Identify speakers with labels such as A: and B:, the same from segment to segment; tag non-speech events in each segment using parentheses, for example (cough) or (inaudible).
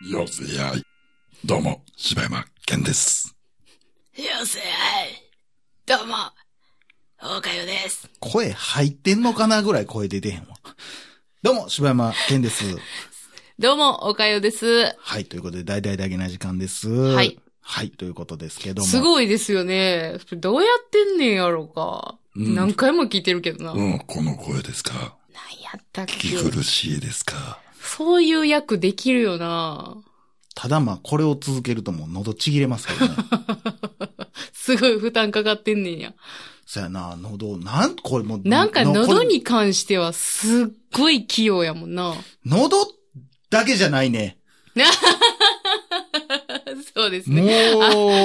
A: よせやい。どうも、柴山健です。
B: よせはい。どうも、大かよです。
C: 声入ってんのかなぐらい声出てへんわ。どうも、柴山健です。
B: どうも、おかよです。
C: はい、ということで、大々だけな時間です。
B: い。
C: はい、ということですけども。
B: す
C: い。
B: ごいですよね。どうやってんねんやろか。
A: うん
B: 何回も聞いてるけどな。
A: う
B: 何
A: ん、この声ですか
B: やったっけ
A: 聞き苦しいですか
B: そういう役できるよな。
C: ただまあ、これを続けるともう喉ちぎれます
B: (laughs)
C: けどね。
B: すごい負担かかってんねんや。
C: そやな、喉、なん、これもう。
B: (laughs) なんか
C: の
B: 喉。
C: これ
B: に関してはすっごい器用やもんな。
C: 喉だけじゃな
B: (laughs)
C: いね。
B: そうです
C: も
B: ね。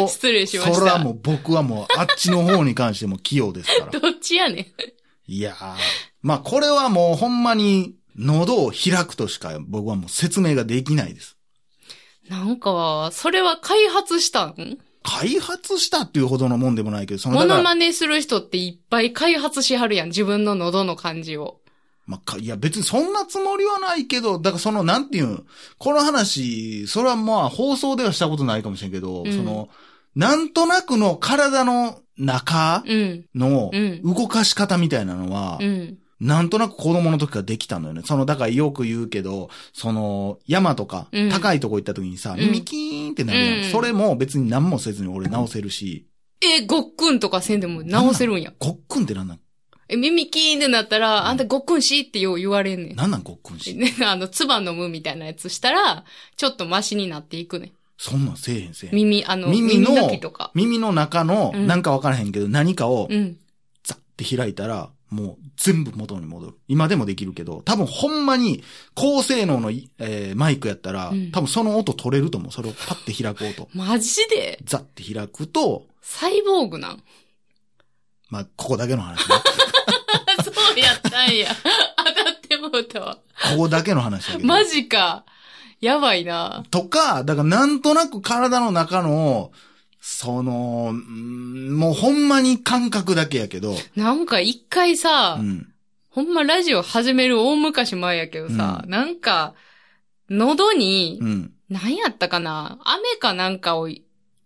C: う、
B: 失礼しました
C: そらもう僕はもう、あっちの方に関しても器用です
B: (laughs)
C: から。
B: どっちやねん。
C: いやー。まあ、これはもうほんまに、喉を開くとしか僕はもう説明ができないです。
B: なんか、それは開発したん
C: 開発したっていうほどのもんでもないけど、その、
B: モ
C: だか
B: ノ
C: ら
B: マネする人っていっぱい開発しはるやん。自分の喉の感じを。
C: まあか、いや別にそんなつもりはないけど、だからその、なんていうん、この話、それはまあ放送ではしたことないかもしれんけど、
B: うん
C: その、なんとなくの体の中
B: うん。
C: の
B: うん
C: 動かし方みたいなのは、
B: うん。
C: なんとなく子供の時からできたのよね。その、だからよく言うけど、その、山とか
B: うん、
C: 高いとこ行った時にさ、
B: ん
C: 耳キーンってなるやん。
B: うん
C: それも別に何もせずに俺直せるし、
B: え、ごっくんとかせんでも直せるんや。
C: ごっくんってなんなん
B: え、耳キーンってなったら、あんたごっくんしってよう言われんねん。
C: なんなんごっくんし。
B: ね、 (laughs) あの、唾飲むみたいなやつしたら、ちょっとマシになっていくね。
C: そんなんせえへんせえへん。
B: 耳、あの、
C: 耳
B: 耳
C: の
B: のきとか。
C: 耳の中の、
B: うん
C: なんかわからへんけど、何かを
B: う、ん。
C: ザッて開いたら、もう全部元に戻る。今でもできるけど、多分ほんまに、高性能のい、えーマイクやったら、
B: うん
C: 多分その音取れると思う。それをパッて開く音。
B: マジで
C: ザッて開くと、
B: サイボーグなん (laughs)
C: まあ、ここだけの話ね。
B: そうやったんや。 (laughs) 当たってもうたわ。
C: ここだけの話だけど。
B: マジか。やばいな。
C: とか、だからなんとなく体の中の、その、うんもうほんまに感覚だけやけど、
B: なんか一回さ、
C: うん。
B: ほんまラジオ始める大昔前やけどさ、
C: う
B: なんか、喉に
C: う、ん。
B: 何やったかな雨かなんかを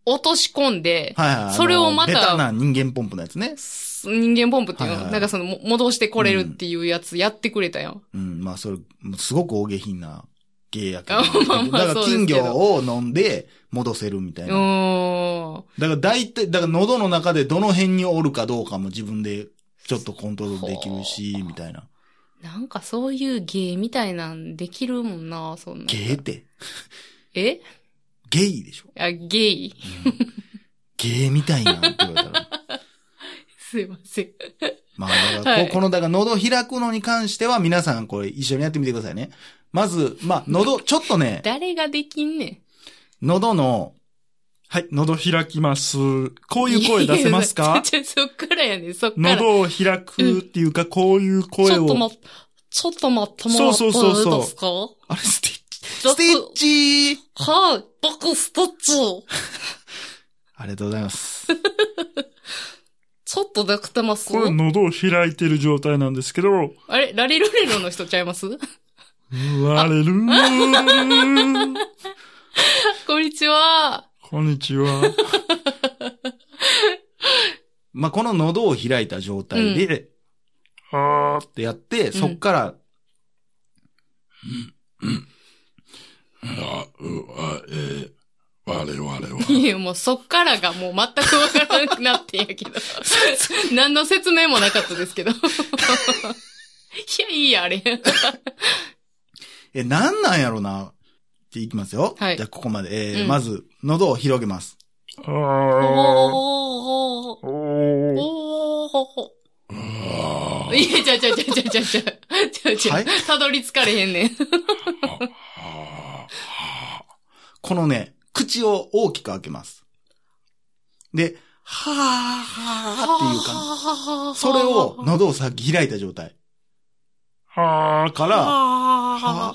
B: 落とし込んで、
C: はいはい。
B: それをまた
C: あのベタな人間ポンプのやつね。
B: す人間ポンプっていうの、
C: はいはい
B: なんかその、も戻してこれるっていうやつやってくれたやん。
C: うん、まあそれ、すごく大下品な芸やけど。
B: あ
C: だ
B: (laughs)
C: か
B: まあまあ
C: ら
B: そうです
C: 金
B: けど
C: 魚を飲んで戻せるみた
B: う
C: いな。
B: ーん。
C: だから大体、だから喉の中でどの辺におるかどうかも自分でちょっとコントロールできるし、みたいな。
B: なんかそういう芸みたいなんできるもんな、そんなん。
C: ゲーって、
B: え
C: ゲイでし
B: (laughs)
C: ょ。
B: あ、ゲイ。
C: ゲーみたいなって言われたら。
B: すいません。
C: まあ、だから
B: は
C: こ
B: い
C: この、だから喉開くのに関しては皆さんこれ一緒にやってみてくださいね。まず、まあ、喉、ちょっとね、
B: 誰ができんねん。
C: 喉の、はい、喉開きます。こういう声出せます
B: いや
C: か
B: ちょ、ちょ、そっからやねん、そっから。
C: 喉を開くっていうか、こういう声
B: ちょっと
C: を。
B: 待っ、ちょっと待っても
C: そ
B: ら
C: う
B: って
C: そ
B: いう
C: そうそ
B: い
C: う
B: ですか
C: あれ、スティッチ。
B: ちょっと
C: スティッチ
B: はい、僕ストッチ。
C: ありがとうございます。
B: ちょっとできてます
D: これ喉を開いてる状態なんですけど、
B: あれラリルレロの人ちゃいます (laughs)
D: あれるー
B: こんにちは。
D: こんにちは。
C: まあ、この喉を開いた状態で、っ
D: あー
C: てやって、そっから、
A: あ、う、あ、えー、我々は。
B: いや、もうそっからがもう全くわからなくなってんやけど。 (laughs) 何の説明もなかったですけど。い (laughs) や、いいや、あれ。
C: え、なんなんやろな。っていきますよ。
B: はい
C: じゃあ、ここまで。えー
B: うん
C: まず、喉を広げます。
D: あー
B: おー、
D: おー
B: お
A: あ
B: ー、いや、ちゃうちゃうちゃうちゃうちゃうちゃう。ちゃうちゃ
C: は
B: う
C: い。
B: たどり着かれへんねん。
A: あ、
C: このね、口を大きく開けます。で、はーはーっていう感
B: 感
C: じ。それを、喉をさっき開いた状態
D: はーか。
C: から、
B: あ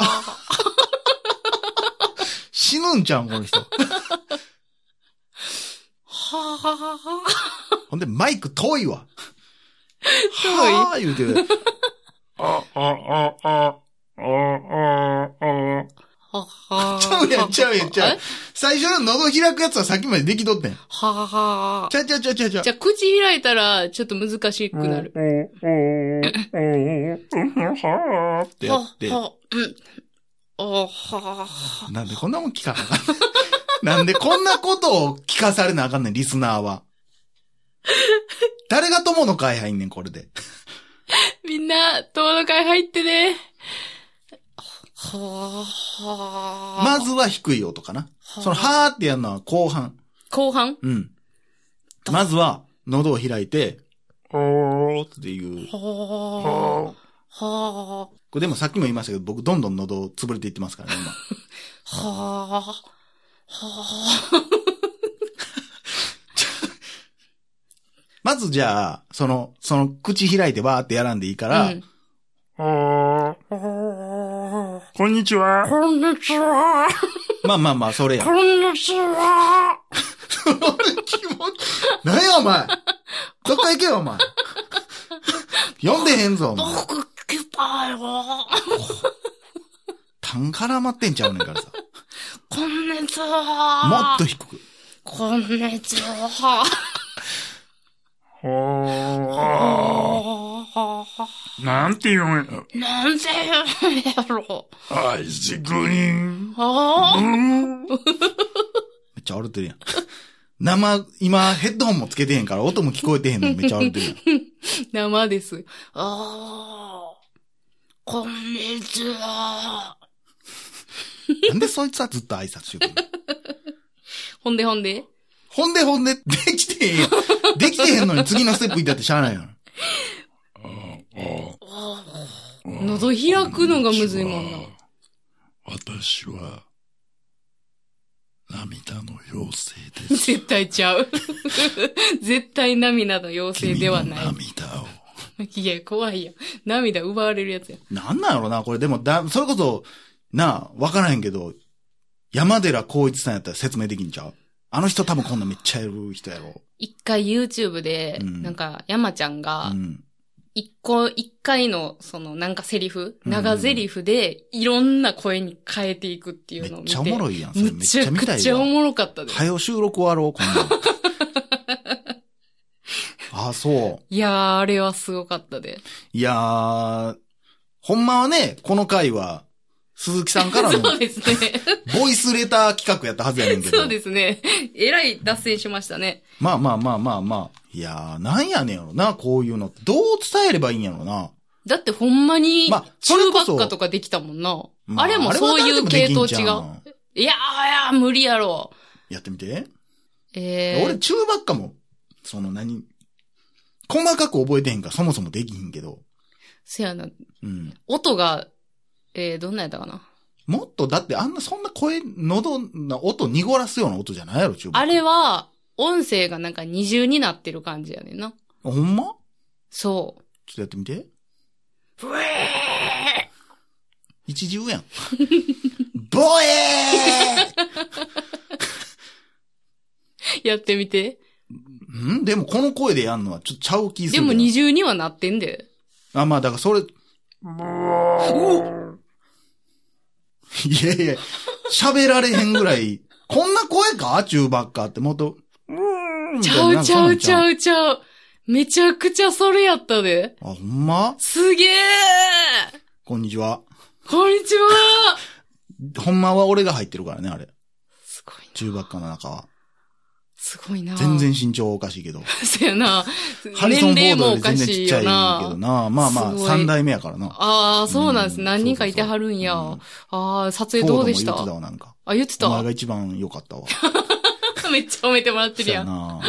C: 死ぬんちゃうん、この人。ほんで、マイク遠いわ。
B: 遠い
C: はー言うてる。
D: あ、あ、あ、あ、あ、
C: ちゃうやんちゃう
B: え。
C: 最初の喉開くやつはさっきまでできとってん。
B: ははは
C: ちゃうちゃうちゃうちゃうちゃう
B: じゃあ、口開いたら、ちょっと難しくなる。
C: ってやって。
B: ははうん。おははは。
C: なんでこんなもん聞かなあかんねん (laughs) なんでこんなことを聞かされなあかんねん、リスナーは。誰が友の会入んねん、これで。
B: みんな、友の会入ってね。はは
C: まずは低い音かな。その、はーってやるのは後半。
B: 後半
C: うん。まずは、喉を開いて、おーっていう。
B: はあ。はあ。
C: これでもさっきも言いましたけど、僕どんどん喉潰れていってますからね、今。
B: はあ。
C: まずじゃあ、その、その、口開いてわーってやらんでいいから、
B: うん
D: こんにちは。
B: こんにちは。
C: まあまあまあ、それや。
B: こんにちは。
C: 俺気持ち、何やお前どっか行けよ、お前。読んでへんぞ、お前。
B: 僕、来たよ。
C: タン絡まってんちゃうねんからさ。
B: こんにちは。
C: もっと低く。
B: こんにちは。
D: なんて言うんや。
B: なんて言うんやろ。
A: アイジ
D: グリーン。
B: あ
C: めっちゃ荒れてるやん。生、今、ヘッドホンもつけてへんから、音も聞こえてへんのにめっちゃ荒れてるやん。
B: 生です。ああ。こんにちは。
C: なんでそいつはずっと挨拶しよう
B: ほんでほんで。
C: ほんでほんで、できてへんやん。できてへんのに次のステップ行ったってしゃあないやん。
B: 喉開くのがむずいもんな。
A: 私は、涙の妖精です。
B: 絶対ちゃう。絶対涙の妖精ではな
A: 君
B: い
A: の。涙を。
B: いや、怖いやん。涙奪われるやつやん。
C: なんなんやろな、これ。でも、だ、それこそ、なあ、わからへんけど、山寺孝一さんやったら説明できんちゃうあの人多分こんなんめっちゃやる人やろ。
B: 一回 YouTube で、
C: うん
B: なんか、山ちゃんが
C: う、ん。
B: 一個、一回の、その、なんかセリフ、
C: うん
B: 長セリフで、いろんな声に変えていくってい
C: め
B: うのを
C: っ
B: 見
C: ち
B: て。
C: ゃおもろいやん。それめっちゃ見
B: めち
C: た
B: ゃく
C: い
B: ちゃお
C: わ。
B: もろかったです。
C: はよ収録終わろう、こんなん。
B: (laughs)
C: あ、そう。
B: いやー、あれはすごかったで。
C: いやー、ほんまはね、この回は、鈴木さんからの
B: そうですね。
C: ボイスレター企画やったはずやねんけど。
B: そうですね。えらい脱線しましたね。
C: まあまあまあまあまあ。いやー、なんやねんやろな、こういうのって。どう伝えればいいんやろな。
B: だってほんまに、
C: まあそれ
B: 中
C: こ
B: ば
C: そ
B: っかとかできたもんな。
C: ま
B: あれもそういう系統違
C: あ
B: う。
C: れは誰でもできんじゃん
B: いやー、いやー無理やろ。
C: やってみて。
B: えー、
C: 俺、中ばっかも、その何、細かく覚えてへんから、そもそもできひんけど。
B: せやな、
C: うん。
B: 音が、えー、どんなんやったかな。
C: もっと、だってあんな、そんな声、喉の音濁らすような音じゃないやろ、中ばっ
B: あ
C: か
B: れは、音声がなんか二重になってる感じやねんな。
C: ほんま
B: そう。
C: ちょっとやってみて。
B: ふえ
C: 一重やん。 (laughs) ボエ
B: ーやってみて。
C: ーんでもこの声でやんのはちょっとちゃう気す
B: で
C: るけ
B: も
C: ど。
B: 二重にはなってんで。
C: あ、まあだからそれ、い (laughs) やいや、喋られへんぐらい、こんな声か中ばっかって、もっと、うーん
B: ちゃうちゃうちゃ
C: う。
B: うちゃう。めちゃくちゃそれやったで。
C: あ、ほんます
B: げえ
C: こんにちは。
B: こんにちは
C: ほんまは俺が入ってるからね、あれ。
B: すごいな。
C: 中ばっかの中は。
B: すごいな。
C: 全然。身長おかしいけど。
B: せやな。
C: ハリソン・フォ
B: 年齢
C: ードよ
B: も
C: り
B: お
C: 全
B: か
C: 然ち
B: し
C: っ
B: い
C: ちゃ
B: よ
C: いけど
B: な。
C: な。まあまあ、
B: すごい
C: 三代目やからな。
B: ああ、そうなんで
C: う
B: す。
C: ん
B: 何人かいてはるんや。
C: そうそう
B: ああ、撮
C: フォ
B: 影ど
C: ードも
B: う
C: 言
B: で
C: って
B: したた
C: わ、なんか。
B: あ、言ってた
C: お前が一番良かっ
B: (laughs)
C: たわ。
B: めっちゃ褒めてもらって
C: そ
B: る
C: う
B: や
C: や
B: ん。
C: な。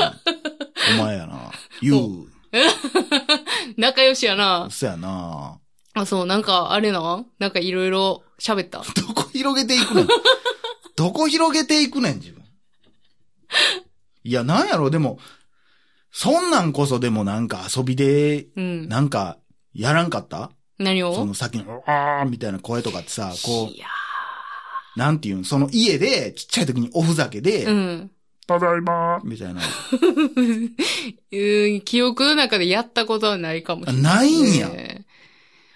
C: お前や
B: (laughs)
C: な。言う。
B: 仲良しやな。
C: そやな。
B: あ、そう、なんか、あれな。なんかいろいろ喋った。
C: どこ広げてい
B: (laughs)
C: くねん。どこ広げていくねん、自分。いや、なんやろ、でも、そんなんこそでもなんか遊びで、
B: うん。
C: なんか、やらんかった
B: 何を
C: その先の、あーみたいな声とかってさ、こ
B: いや
C: う、なんていうん、その家で、ちっちゃい時におふざけで、
B: うん。
D: ただいま。
C: みたいな。
B: (laughs) うん、記憶の中でやったことはないかもしれない。
C: ないんや。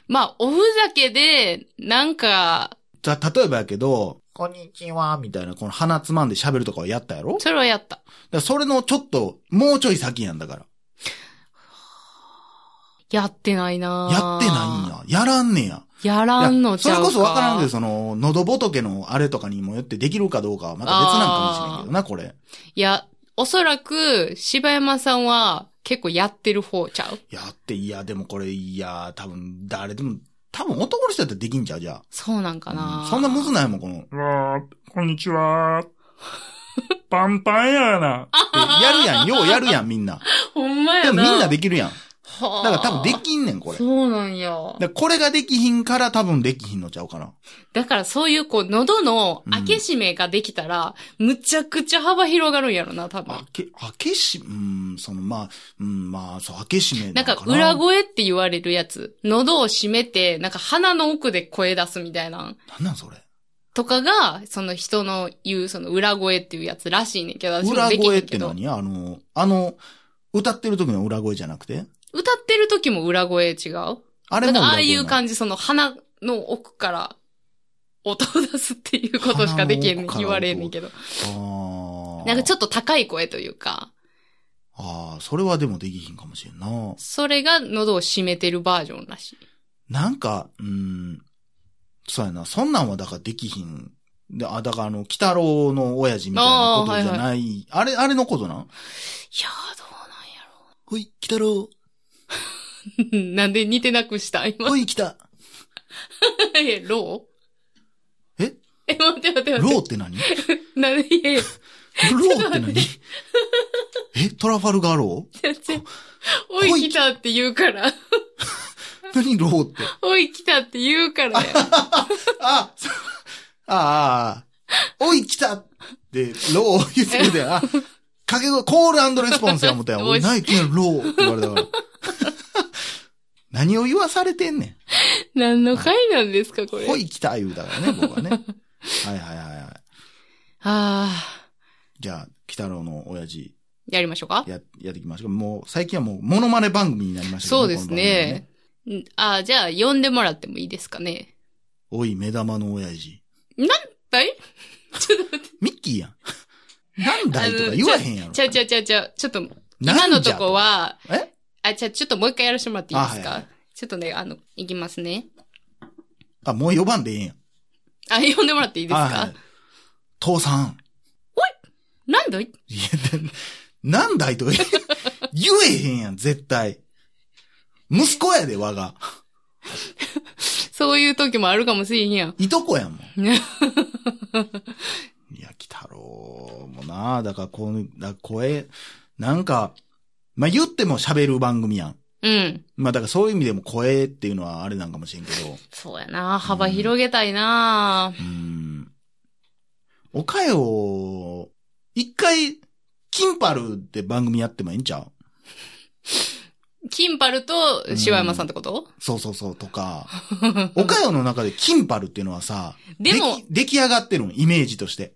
B: まあ、おふざけで、なんか、
C: た、例えばやけど、こんにちは、みたいな、この鼻つまんで喋るとかをやったやろだか
B: それはやった。
C: らそれのちょっと、もうちょい先やんだから。
B: やってないな
C: やってないん
B: や。
C: や。やらんねや。
B: やらんのち
C: それ
B: ゃうか。
C: こそわからんけど、その、喉仏のあれとかにもよってできるかどうかはまた別なんかもしれんけどな、これ。
B: いや、おそらく、柴山さんは結構やってる方ちゃう
C: やって、いや、でもこれ、いや、多分、誰でも、多分男の人だったらできんちゃうじゃ
B: そうなんか
C: あ。
B: な、
C: うんそんなむずないもん、この。
D: わー、こんにちは。パンパンやがな。
C: やるやん、ようやるやん、みんな。
B: ほんま
C: で
B: や
C: も
B: な。
C: みんなできるやん。
B: は
C: だ
B: あ
C: から多分できんねん、これ。だか
B: そうなんや。
C: らこれができひんから多分できひんのちゃうかな。
B: だからそういう、こう、喉の開け閉めができたら、むちゃくちゃ幅広がるんやろな、多分
C: あ。け、あけし、うん、その、まあ、うん、まあ、そう、あけしめ
B: なん
C: の
B: か、裏声って言われるやつ。喉を閉めて、なんか鼻の奥で声出すみたいな。
C: なんなんそれ。
B: とかが、その人の言う、その裏声っていうやつらしいねんけど、私も
C: 裏
B: できへ
C: 声っ
B: んけ
C: て
B: ど。
C: 何あの、あの、歌ってる時の裏声じゃなくて
B: 歌ってる時も裏声違う
C: あれ
B: だから
C: も裏声
B: ああいう
C: じ。
B: 感じ、その鼻の奥から音を出すっていうことしかできへんねん
C: 鼻の奥から
B: 言われんねんけど。
C: ああ。
B: なんかち
C: ょっ
B: ょ
C: と。
B: っと高い声というか、
C: ああ、それはでもできひんかもしれんな。
B: それが喉を閉めてるバージョンらしい。
C: なんか、うん、そうやな。そんなんはだからできひん。で、あ、だからあの、北郎の親父みたいなことじゃない。あ,、
B: あーは
C: れ、あれのことなん
B: いやー、どう
C: ほい、北郎。
B: なんやろ。 (laughs) なんで似てなくした今。
C: ほい、北。
B: え、ロー
C: え
B: え、待って待って待っ
C: ロ
B: て。
C: ーって何ロ
B: (laughs) なんで、いやいや、
C: ーって何え、トラファルガーロー
B: 全
C: (laughs)
B: 然。おい来たって言うから。
C: 何ローって。
B: おい来たって言う
C: (laughs)
B: からや。
C: あ、そう (laughs) ああ、おい、来たって、ロー言ってくれたよな。かけ声、コールレスポンスや思ったよ。
B: (laughs) お
C: 俺、
B: い
C: ないけん、ローって言われたから。 (laughs) 何を言わされてんねん。
B: 何の回なんですか、これ。
C: ほい来た言うだからね、僕はね。はいはいはいはい。
B: ああ、
C: じゃあ、北郎の親父、
B: やりましょうか。
C: や、やっていきましょう。もう、最近はもう、モノマネ番組になりましたけど
B: そうですね。。うんああ、じゃあ、呼んでもらってもいいですかね。
C: この番組はねおい、目玉の親父。
B: はい
C: ミッキーやん。 (laughs) なんだいとか言わへんやろ。
B: ちゃうちゃうちゃうちゃう。ちょっと、
C: な
B: 今
C: んじゃ
B: のとこ。は、
C: え
B: あ、じゃあちょっともう一回やらせてもらっていいです
C: あ
B: か、
C: はいは
B: ちょっとね、あの、いきますね。
C: あ、もう呼ばんでええんや。い
B: あ、呼んでもらっていいですか、
C: 父さん。
B: なんだい (laughs)
C: いや、でなんだいとか言え言えへんやん、絶対。息子やで、我が。
B: そういう時もあるかもしれんやん。
C: いとこやもん。
B: (laughs)
C: いや、北郎もな、だからこう、だ声、なんか、まあ、言っても喋る番組やん。
B: うん。
C: まあ、だからそういう意味でも声っていうのはあれなんかもしれんけど、
B: そうやな。幅広げたいな。
C: うーん。おかよ、一回、キンパルで番組やってもええんちゃう
B: キンパルと、柴山さんってこと、
C: そうそうそう、とか。 (laughs) おかよの中でキンパルっていうのはさ、
B: でも
C: き、出来上がってるん、イメージとして。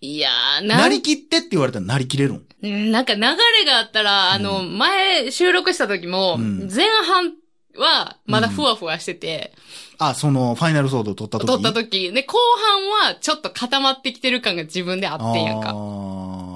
B: いやー、な
C: なんりきってって言われたらなりきれるん。
B: うんなんか流れがあったら、あの、前収録した時も、
C: うん
B: 前半はまだふわふわしてて、
C: あ、その、ファイナルソード取った時
B: 撮った時、で、後半はちょっと固まってきてる感が自分であってんやんか。
C: あー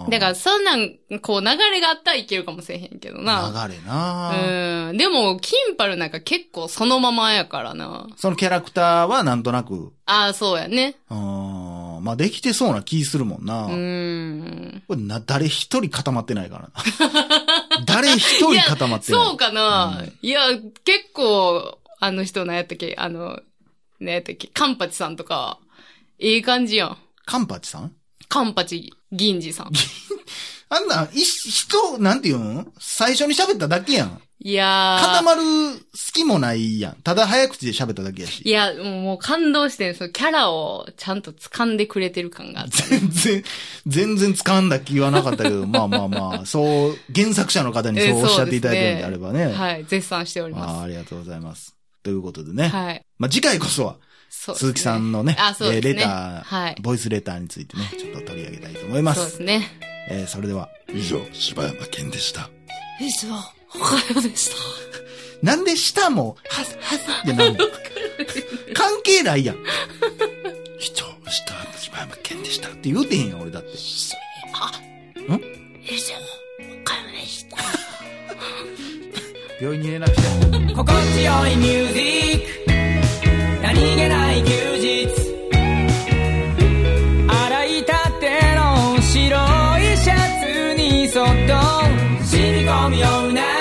B: だから、そんなん、こう流れがあったらいけるかもしれへんけどな。
C: 流れな、
B: うん。でも、キンパルなんか結構そのままやからな。
C: そのキャラクターはなんとなく、
B: ああ、そうやね。
C: うーんまあできてそうな気するもんな。
B: うん。
C: これな、誰一人固まってない (laughs) からな。誰一人固まってない。
B: そうかな、
C: うん
B: いや、結構、あの人何やったっけあの、何やったっけカンパチさんとか、いい感じやん。
C: カンパチさん
B: カンパチ銀次さん。
C: あんなん、い、人、なんていうん最初に喋っただけやん。
B: いやー。
C: 固まる隙もないやん。ただ早口で喋っただけや
B: い
C: し。
B: や、もう感動してんそのキャラをちゃんと掴んでくれてる感があって。
C: 全然、全然掴んだ気はなかった
B: (laughs)
C: けど、まあまあまあ、そう、原作者の方に
B: えー
C: そうおっし
B: そ
C: ゃっ
B: う
C: て
B: ですね
C: いただいてるんであればね。
B: はい、絶賛しており
C: まあ、
B: ま
C: ありがとうございます。ということでね。
B: す。はい。
C: まあ次回こそは、
B: そうですね
C: 鈴木さんのね、
B: あそう
C: えー
B: ですね
C: レター、
B: はい
C: ボイスレターについてね、ちょっと取り上げたいと思いま。
B: そうですすね。
C: えーそれでは、
A: 以上、柴山健でした。
B: 以上、おはようでした。
C: なんで舌も、はす、はすってなんの関係ないやん。
A: 視聴した柴山
C: って言うてへんやん、俺だって。
B: 以上、おかでした。
C: 病院に連絡して。
E: 心地よいミュージック何気ない休日洗いたての白いシャツにそっと染み込むような